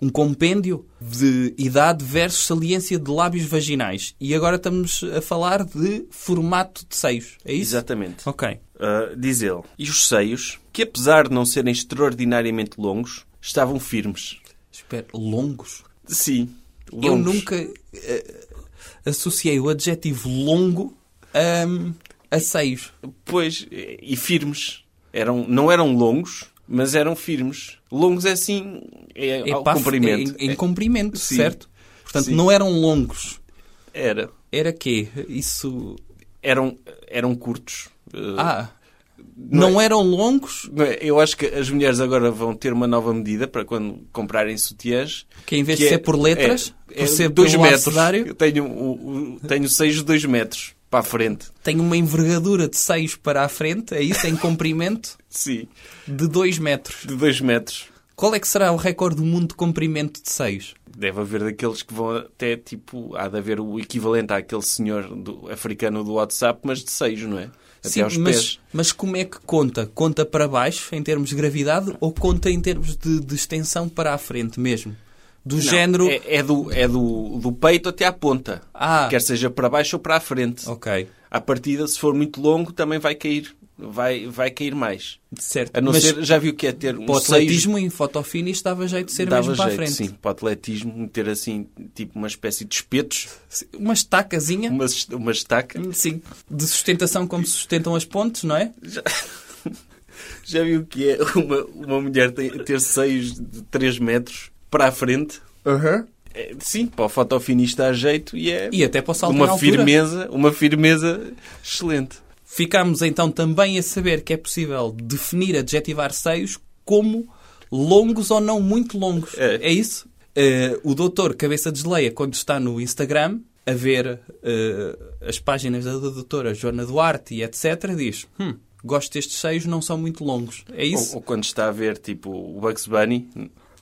[SPEAKER 2] um compêndio de idade versus saliência de lábios vaginais. E agora estamos a falar de formato de seios. É isso?
[SPEAKER 1] Exatamente.
[SPEAKER 2] Ok.
[SPEAKER 1] Ah, diz ele. E os seios, que apesar de não serem extraordinariamente longos, estavam firmes.
[SPEAKER 2] Espera, longos?
[SPEAKER 1] Sim.
[SPEAKER 2] Eu
[SPEAKER 1] longos.
[SPEAKER 2] nunca eh, associei o adjetivo longo hum, a seios.
[SPEAKER 1] Pois, e firmes. Eram, não eram longos, mas eram firmes. Longos é assim, é, ao
[SPEAKER 2] pá,
[SPEAKER 1] comprimento.
[SPEAKER 2] Em, em comprimento,
[SPEAKER 1] Sim.
[SPEAKER 2] certo? Portanto,
[SPEAKER 1] Sim.
[SPEAKER 2] não eram longos.
[SPEAKER 1] Era.
[SPEAKER 2] Era quê? Isso.
[SPEAKER 1] Eram, eram curtos. Ah,
[SPEAKER 2] Ah. Não,
[SPEAKER 1] é-
[SPEAKER 2] eram longos,
[SPEAKER 1] Não é? Eu acho que as mulheres agora vão ter uma nova medida para quando comprarem sutiãs.
[SPEAKER 2] que em vez de ser por letras,
[SPEAKER 1] é, é
[SPEAKER 2] por ser
[SPEAKER 1] dois
[SPEAKER 2] pelo
[SPEAKER 1] metros.
[SPEAKER 2] abecedário,
[SPEAKER 1] Eu tenho, o, o- tenho seis de dois metros para a frente.
[SPEAKER 2] tem uma envergadura de seios para a frente, é isso, em comprimento,
[SPEAKER 1] Sim,
[SPEAKER 2] de 2 metros.
[SPEAKER 1] de dois metros.
[SPEAKER 2] Qual é que será o recorde do mundo de comprimento de seios?
[SPEAKER 1] Deve haver daqueles que vão até, tipo, há de haver o equivalente àquele senhor do- africano do WhatsApp, mas de seis, não é? Até
[SPEAKER 2] Sim,
[SPEAKER 1] aos
[SPEAKER 2] mas,
[SPEAKER 1] pés.
[SPEAKER 2] mas como é que conta? Conta para baixo, em termos de gravidade, ou conta em termos de, de extensão para a frente mesmo? Do
[SPEAKER 1] Não,
[SPEAKER 2] género.
[SPEAKER 1] É, é do, é do, do peito até à ponta.
[SPEAKER 2] Ah.
[SPEAKER 1] Quer seja para baixo ou para a frente.
[SPEAKER 2] Ok.
[SPEAKER 1] À partida, se for muito longo, também vai cair. Vai, vai cair mais.
[SPEAKER 2] Certo.
[SPEAKER 1] A não
[SPEAKER 2] Mas
[SPEAKER 1] ser, já viu que é ter um
[SPEAKER 2] para o
[SPEAKER 1] seis-
[SPEAKER 2] atletismo em fotofinish dava jeito de ser
[SPEAKER 1] dava
[SPEAKER 2] mesmo para
[SPEAKER 1] jeito,
[SPEAKER 2] a frente.
[SPEAKER 1] Sim, para o atletismo, ter assim, tipo uma espécie de espetos,
[SPEAKER 2] Uma estacazinha.
[SPEAKER 1] uma, es- uma estaca.
[SPEAKER 2] Sim. De sustentação como se sustentam as pontes, não é?
[SPEAKER 1] Já viu que é uma, uma mulher ter, ter seios de 3 metros para a frente? É, sim, para o fotofinista dá jeito e é
[SPEAKER 2] E até para o salto em
[SPEAKER 1] uma
[SPEAKER 2] altura.
[SPEAKER 1] firmeza, uma firmeza excelente.
[SPEAKER 2] Ficámos então também a saber que é possível definir, adjetivar seios como longos ou não muito longos. É,
[SPEAKER 1] É.
[SPEAKER 2] isso? Eh, o doutor Cabeça Desleia, quando está no Instagram a ver eh, as páginas da doutora Joana Duarte e etc., diz: hum, gosto destes seios, não são muito longos. É isso?
[SPEAKER 1] Ou, ou quando está a ver, tipo, o Bugs Bunny,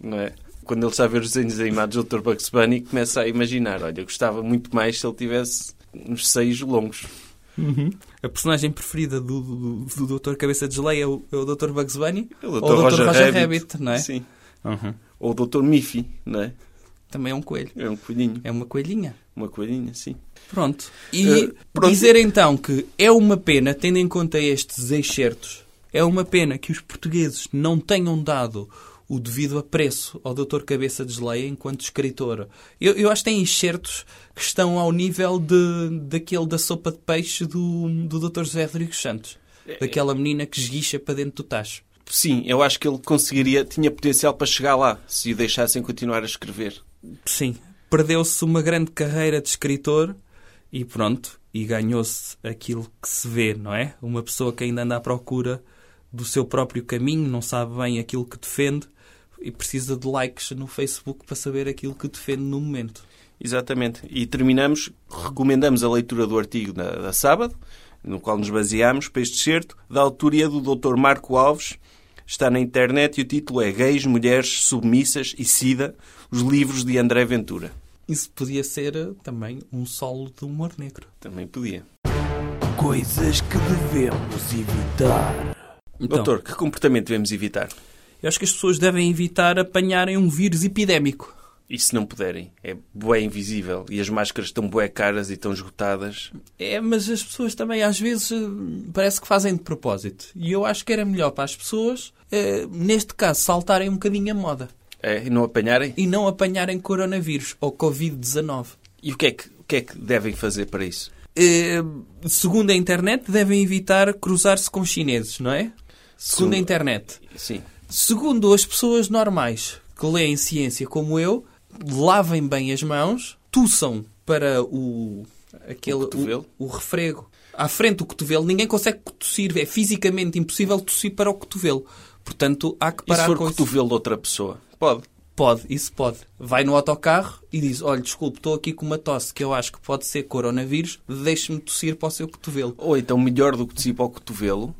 [SPEAKER 1] não é? Quando ele está a ver os desenhos animados do Dr. Bugs Bunny, começa a imaginar, olha, eu gostava muito mais se ele tivesse uns seios longos.
[SPEAKER 2] A personagem preferida do, do, do Dr. Cabeça Desleia é o, é o Dr. Bugs Bunny
[SPEAKER 1] É
[SPEAKER 2] ou o Dr. Roger Rabbit, não é?
[SPEAKER 1] Sim.
[SPEAKER 2] Uhum.
[SPEAKER 1] Ou o Dr. Miffy, não é?
[SPEAKER 2] Também é um coelho.
[SPEAKER 1] É um coelhinho.
[SPEAKER 2] É uma coelhinha.
[SPEAKER 1] Uma coelhinha, sim.
[SPEAKER 2] Pronto. E
[SPEAKER 1] Eh, pronto.
[SPEAKER 2] dizer então que é uma pena, tendo em conta estes excertos, é uma pena que os portugueses não tenham dado o devido apreço ao Dr. Cabeça de Desleia enquanto escritor. Eu, eu acho que tem excertos que estão ao nível de, daquele da sopa de peixe do, do Dr. José Rodrigues Santos.
[SPEAKER 1] É,
[SPEAKER 2] Daquela menina que esguicha para dentro do tacho.
[SPEAKER 1] Sim, eu acho que ele conseguiria, tinha potencial para chegar lá, se o deixassem continuar a escrever.
[SPEAKER 2] Sim, perdeu-se uma grande carreira de escritor e pronto, e ganhou-se aquilo que se vê, não é? Uma pessoa que ainda anda à procura do seu próprio caminho, não sabe bem aquilo que defende e precisa de likes no Facebook para saber aquilo que defende no momento.
[SPEAKER 1] Exatamente. E terminamos, recomendamos a leitura do artigo da, da sábado, no qual nos baseámos para este certo, da autoria do Dr. Marco Alves. Está na internet e o título é Gays, Mulheres, Submissas e Sida, os livros de André Ventura.
[SPEAKER 2] Isso podia ser eh, também um solo de humor negro.
[SPEAKER 1] Também podia.
[SPEAKER 3] Coisas que devemos evitar.
[SPEAKER 2] Então,
[SPEAKER 1] Doutor, que comportamento devemos evitar?
[SPEAKER 2] eu acho que as pessoas devem evitar apanharem um vírus epidémico.
[SPEAKER 1] E se não puderem? É bué invisível e as máscaras estão bué caras e estão esgotadas.
[SPEAKER 2] É, mas as pessoas também às vezes eh, parece que fazem de propósito. E eu acho que era melhor para as pessoas, eh, neste caso, saltarem um bocadinho a moda
[SPEAKER 1] É, e não apanharem?
[SPEAKER 2] e não apanharem coronavírus ou Covid-19.
[SPEAKER 1] E o que, é que, o que é que devem fazer para isso?
[SPEAKER 2] Eh, segundo a internet, devem evitar cruzar-se com chineses, não é? Segundo a
[SPEAKER 1] Segundo-
[SPEAKER 2] internet.
[SPEAKER 1] Sim.
[SPEAKER 2] Segundo as pessoas normais que leem ciência como eu, lavem bem as mãos, tuçam para o aquele
[SPEAKER 1] O cotovelo?
[SPEAKER 2] o, o refrego à frente do cotovelo, ninguém consegue tossir, é fisicamente impossível tossir para o cotovelo. Portanto, há
[SPEAKER 1] E
[SPEAKER 2] que
[SPEAKER 1] se
[SPEAKER 2] parar
[SPEAKER 1] for
[SPEAKER 2] com isso.
[SPEAKER 1] cotovelo de outra pessoa? Pode.
[SPEAKER 2] Pode, isso pode. Vai no autocarro e diz: Olha, desculpe, estou aqui com uma tosse que eu acho que pode ser coronavírus, deixe-me tossir para o seu cotovelo.
[SPEAKER 1] Ou então, melhor do que tossir para o cotovelo,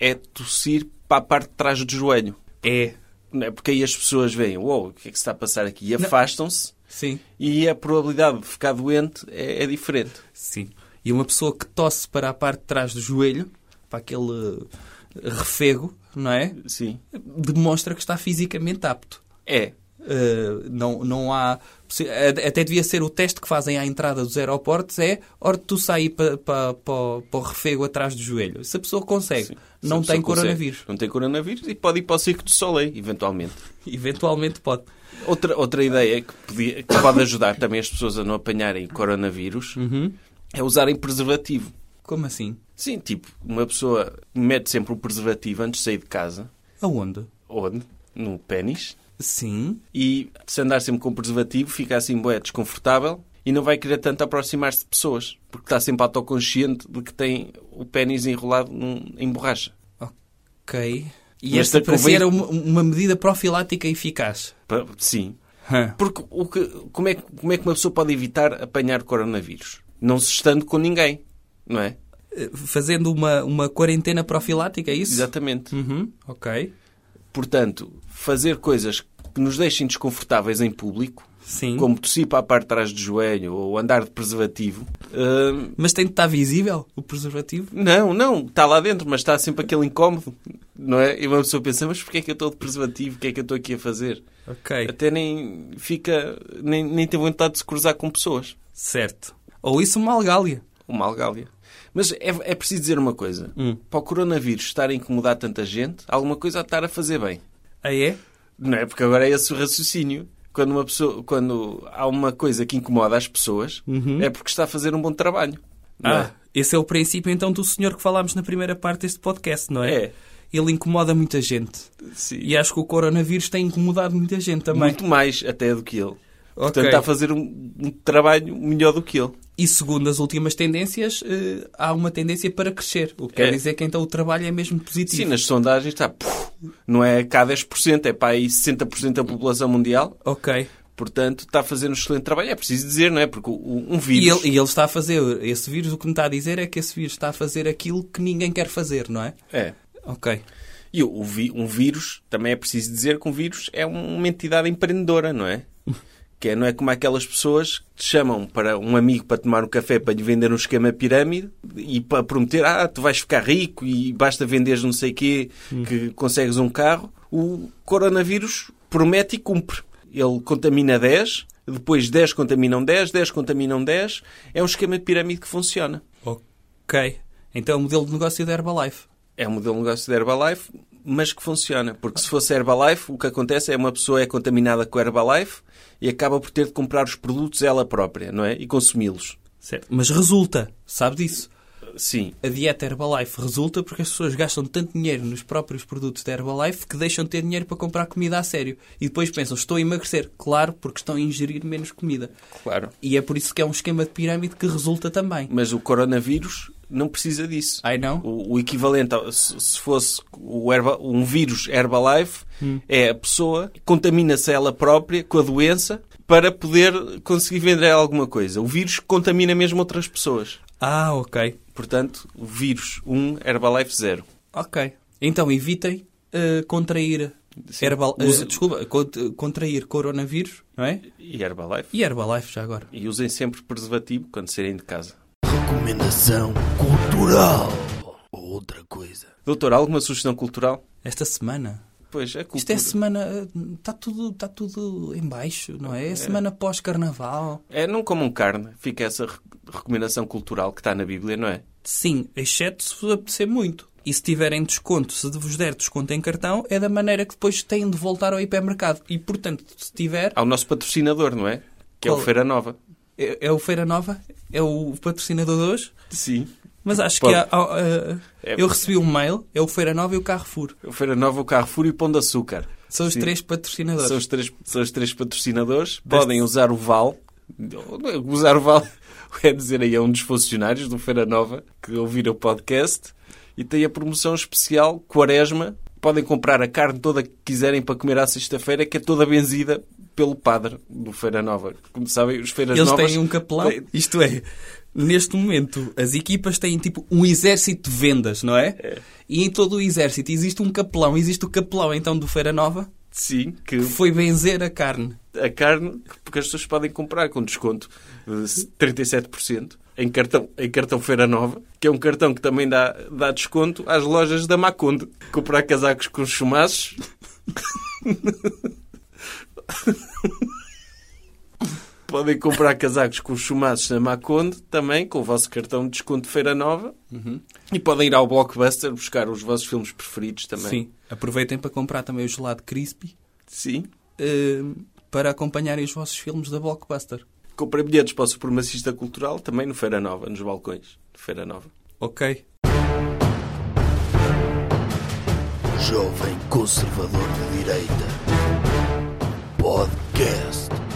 [SPEAKER 1] é tossir para a parte de trás do joelho.
[SPEAKER 2] É.
[SPEAKER 1] Não é? Porque aí as pessoas veem, uou, o que é que se está a passar aqui? E afastam-se
[SPEAKER 2] Sim.
[SPEAKER 1] e a probabilidade de ficar doente é, é diferente.
[SPEAKER 2] Sim. E uma pessoa que tosse para a parte de trás do joelho, para aquele eh, refego, não é?
[SPEAKER 1] Sim.
[SPEAKER 2] Demonstra que está fisicamente apto.
[SPEAKER 1] É.
[SPEAKER 2] Eh, não, não há. possi- a- Até devia ser o teste que fazem à entrada dos aeroportos: é hora de tu sair para pa, pa, pa o refego atrás do joelho. Se a pessoa consegue,
[SPEAKER 1] Sim.
[SPEAKER 2] não
[SPEAKER 1] Se a pessoa consegue.
[SPEAKER 2] tem coronavírus. [LAUGHS]
[SPEAKER 1] Não tem coronavírus e pode ir para o circo do Soleil, eventualmente.
[SPEAKER 2] Eventualmente pode.
[SPEAKER 1] Outra, outra ideia que, podia- que pode ajudar também as pessoas a não apanharem coronavírus é usarem preservativo.
[SPEAKER 2] Como assim?
[SPEAKER 1] Sim, tipo, uma pessoa mete sempre o preservativo antes de sair de casa,
[SPEAKER 2] Aonde?
[SPEAKER 1] onde? No pênis.
[SPEAKER 2] Sim.
[SPEAKER 1] E se andar sempre com preservativo, fica assim, bué, desconfortável e não vai querer tanto aproximar-se de pessoas, porque está sempre autoconsciente de que tem o pênis enrolado num- em borracha.
[SPEAKER 2] Ok. E
[SPEAKER 1] Mas
[SPEAKER 2] esta
[SPEAKER 1] te
[SPEAKER 2] parecia
[SPEAKER 1] convém-
[SPEAKER 2] era uma, uma medida profilática eficaz.
[SPEAKER 1] Pa- Sim.
[SPEAKER 2] Hã.
[SPEAKER 1] Porque o que, como, é, que- como é que uma pessoa pode evitar apanhar coronavírus? Não se estando com ninguém, não é?
[SPEAKER 2] eh, fazendo uma, uma quarentena profilática, é isso?
[SPEAKER 1] Exatamente.
[SPEAKER 2] Uhum, ok.
[SPEAKER 1] Portanto, fazer coisas que nos deixem desconfortáveis em público
[SPEAKER 2] Sim.
[SPEAKER 1] como tossir para a parte de trás do joelho ou andar de preservativo. hum,
[SPEAKER 2] Mas tem de estar visível o preservativo.
[SPEAKER 1] não, não, está lá dentro, mas está sempre aquele incómodo, não é? E uma pessoa pensa, mas porquê é que eu estou de preservativo? O que é que eu estou aqui a fazer?
[SPEAKER 2] Ok.
[SPEAKER 1] Até nem fica, nem, nem tem vontade de se cruzar com pessoas.
[SPEAKER 2] Certo. Ou isso uma algália.
[SPEAKER 1] Uma algália. Mas é, é preciso dizer uma coisa. Para o coronavírus estar a incomodar tanta gente, alguma coisa há de estar a fazer bem.
[SPEAKER 2] Aí é?
[SPEAKER 1] Não é? Porque agora é esse o raciocínio. Quando, uma pessoa, quando há uma coisa que incomoda as pessoas, é porque está a fazer um bom trabalho. não
[SPEAKER 2] Uhum. Ah, esse é o princípio então do senhor que falámos na primeira parte deste podcast, não é?
[SPEAKER 1] É.
[SPEAKER 2] Ele incomoda muita gente.
[SPEAKER 1] é? Sim.
[SPEAKER 2] E acho que o coronavírus tem incomodado muita gente também.
[SPEAKER 1] Muito mais até do que ele. Portanto,
[SPEAKER 2] Ok.
[SPEAKER 1] está a fazer um, um trabalho melhor do que ele.
[SPEAKER 2] E segundo as últimas tendências, eh, há uma tendência para crescer. O que
[SPEAKER 1] É.
[SPEAKER 2] quer dizer que então o trabalho é mesmo positivo.
[SPEAKER 1] Sim, nas sondagens está. puf, não é cá 10%, é para aí 60% da população mundial.
[SPEAKER 2] Ok.
[SPEAKER 1] Portanto, está a fazer um excelente trabalho. É preciso dizer, não é? Porque o- um vírus.
[SPEAKER 2] E ele, e ele está a fazer, esse vírus, o que me está a dizer é que esse vírus está a fazer aquilo que ninguém quer fazer, não é?
[SPEAKER 1] É.
[SPEAKER 2] Ok.
[SPEAKER 1] E o, vi- um vírus, também é preciso dizer que um vírus é uma entidade empreendedora, não é? Que é, não é como aquelas pessoas que te chamam para um amigo para tomar um café para lhe vender um esquema pirâmide e para prometer, ah, tu vais ficar rico e basta venderes não sei quê que consegues um carro. O coronavírus promete e cumpre. Ele contamina 10, depois 10 contaminam 10, 10 contaminam 10. É um esquema de pirâmide que funciona.
[SPEAKER 2] Ok. Então é o modelo de negócio da Herbalife.
[SPEAKER 1] É um modelo de negócio da Herbalife, mas que funciona. Porque se fosse Herbalife, o que acontece é uma pessoa é contaminada com Herbalife e acaba por ter de comprar os produtos ela própria, não é? E consumi-los.
[SPEAKER 2] Certo. Mas resulta, sabe disso?
[SPEAKER 1] Sim.
[SPEAKER 2] A dieta Herbalife resulta porque as pessoas gastam tanto dinheiro nos próprios produtos da Herbalife que deixam de ter dinheiro para comprar comida a sério. E depois pensam, estou a emagrecer. Claro, porque estão a ingerir menos comida.
[SPEAKER 1] Claro.
[SPEAKER 2] E é por isso que é um esquema de pirâmide que resulta também.
[SPEAKER 1] Mas o coronavírus não precisa disso.
[SPEAKER 2] Ai não?
[SPEAKER 1] O, o equivalente, ao, se, se fosse o herba- um vírus Herbalife, é a pessoa contamina-se ela própria com a doença para poder conseguir vender alguma coisa. O vírus contamina mesmo outras pessoas.
[SPEAKER 2] Ah, ok.
[SPEAKER 1] Portanto, o vírus 1, Herbalife 0.
[SPEAKER 2] Ok. Então evitem eh, contrair herbal... eh,
[SPEAKER 1] Usa-
[SPEAKER 2] desculpa, cont- contrair coronavírus, não é?
[SPEAKER 1] E Herbalife?
[SPEAKER 2] E Herbalife já agora.
[SPEAKER 1] E usem sempre preservativo quando saírem de casa.
[SPEAKER 3] Recomendação cultural. Outra coisa.
[SPEAKER 1] Doutor, alguma sugestão cultural?
[SPEAKER 2] Esta semana.
[SPEAKER 1] Pois, a cultura.
[SPEAKER 2] Isto é semana. eh, Está tudo, está tudo em baixo, não é? É semana pós-carnaval.
[SPEAKER 1] É, não comam carne. Fica essa re- recomendação cultural que está na Bíblia, não é?
[SPEAKER 2] Sim, exceto se vos apetecer muito. E se tiverem desconto, se vos der desconto em cartão, é da maneira que depois têm de voltar ao hipermercado. E, portanto, se tiver,
[SPEAKER 1] Há o nosso patrocinador, não é? Que é o
[SPEAKER 2] Qual?
[SPEAKER 1] Feira Nova.
[SPEAKER 2] é, é o Feira Nova, é o patrocinador de hoje.
[SPEAKER 1] Sim.
[SPEAKER 2] Mas acho
[SPEAKER 1] Pode.
[SPEAKER 2] que há, há, eh,
[SPEAKER 1] É-
[SPEAKER 2] eu recebi um mail, é o Feira Nova e o Carrefour.
[SPEAKER 1] O Feira Nova, o Carrefour e o Pão de Açúcar.
[SPEAKER 2] São os
[SPEAKER 1] Sim.
[SPEAKER 2] três patrocinadores.
[SPEAKER 1] São os três, são os três patrocinadores. Podem usar o VAL. Usar o VAL [LAUGHS] é dizer aí a um dos funcionários do Feira Nova que ouviram o podcast e tem a promoção especial Quaresma. Podem comprar a carne toda que quiserem para comer à sexta-feira, que é toda benzida pelo padre do Feira Nova. Como sabem, os Feiras
[SPEAKER 2] Eles
[SPEAKER 1] Novas...
[SPEAKER 2] têm um capelão.
[SPEAKER 1] têm-
[SPEAKER 2] Isto é, neste momento, as equipas têm tipo um exército de vendas, não é? E em todo o exército existe um capelão. Existe o capelão então do Feira Nova,
[SPEAKER 1] Sim, que
[SPEAKER 2] que foi benzer a carne.
[SPEAKER 1] a carne, porque as pessoas podem comprar com desconto eh, de 37% em cartão, em cartão Feira Nova, que é um cartão que também dá, dá desconto às lojas da Maconde. Comprar casacos com chumaços. [LAUGHS] podem comprar casacos com chumaços na Maconde também, com o vosso cartão de desconto de Feira Nova. E podem ir ao Blockbuster buscar os vossos filmes preferidos também.
[SPEAKER 2] Sim. Aproveitem para comprar também o gelado crispy
[SPEAKER 1] Sim.
[SPEAKER 2] eh, para acompanharem os vossos filmes da Blockbuster.
[SPEAKER 1] Comprei bilhetes para o supremacista cultural também no Feira Nova, nos balcões. de Feira Nova.
[SPEAKER 2] Ok.
[SPEAKER 3] Jovem Conservador de Direita. Podcast.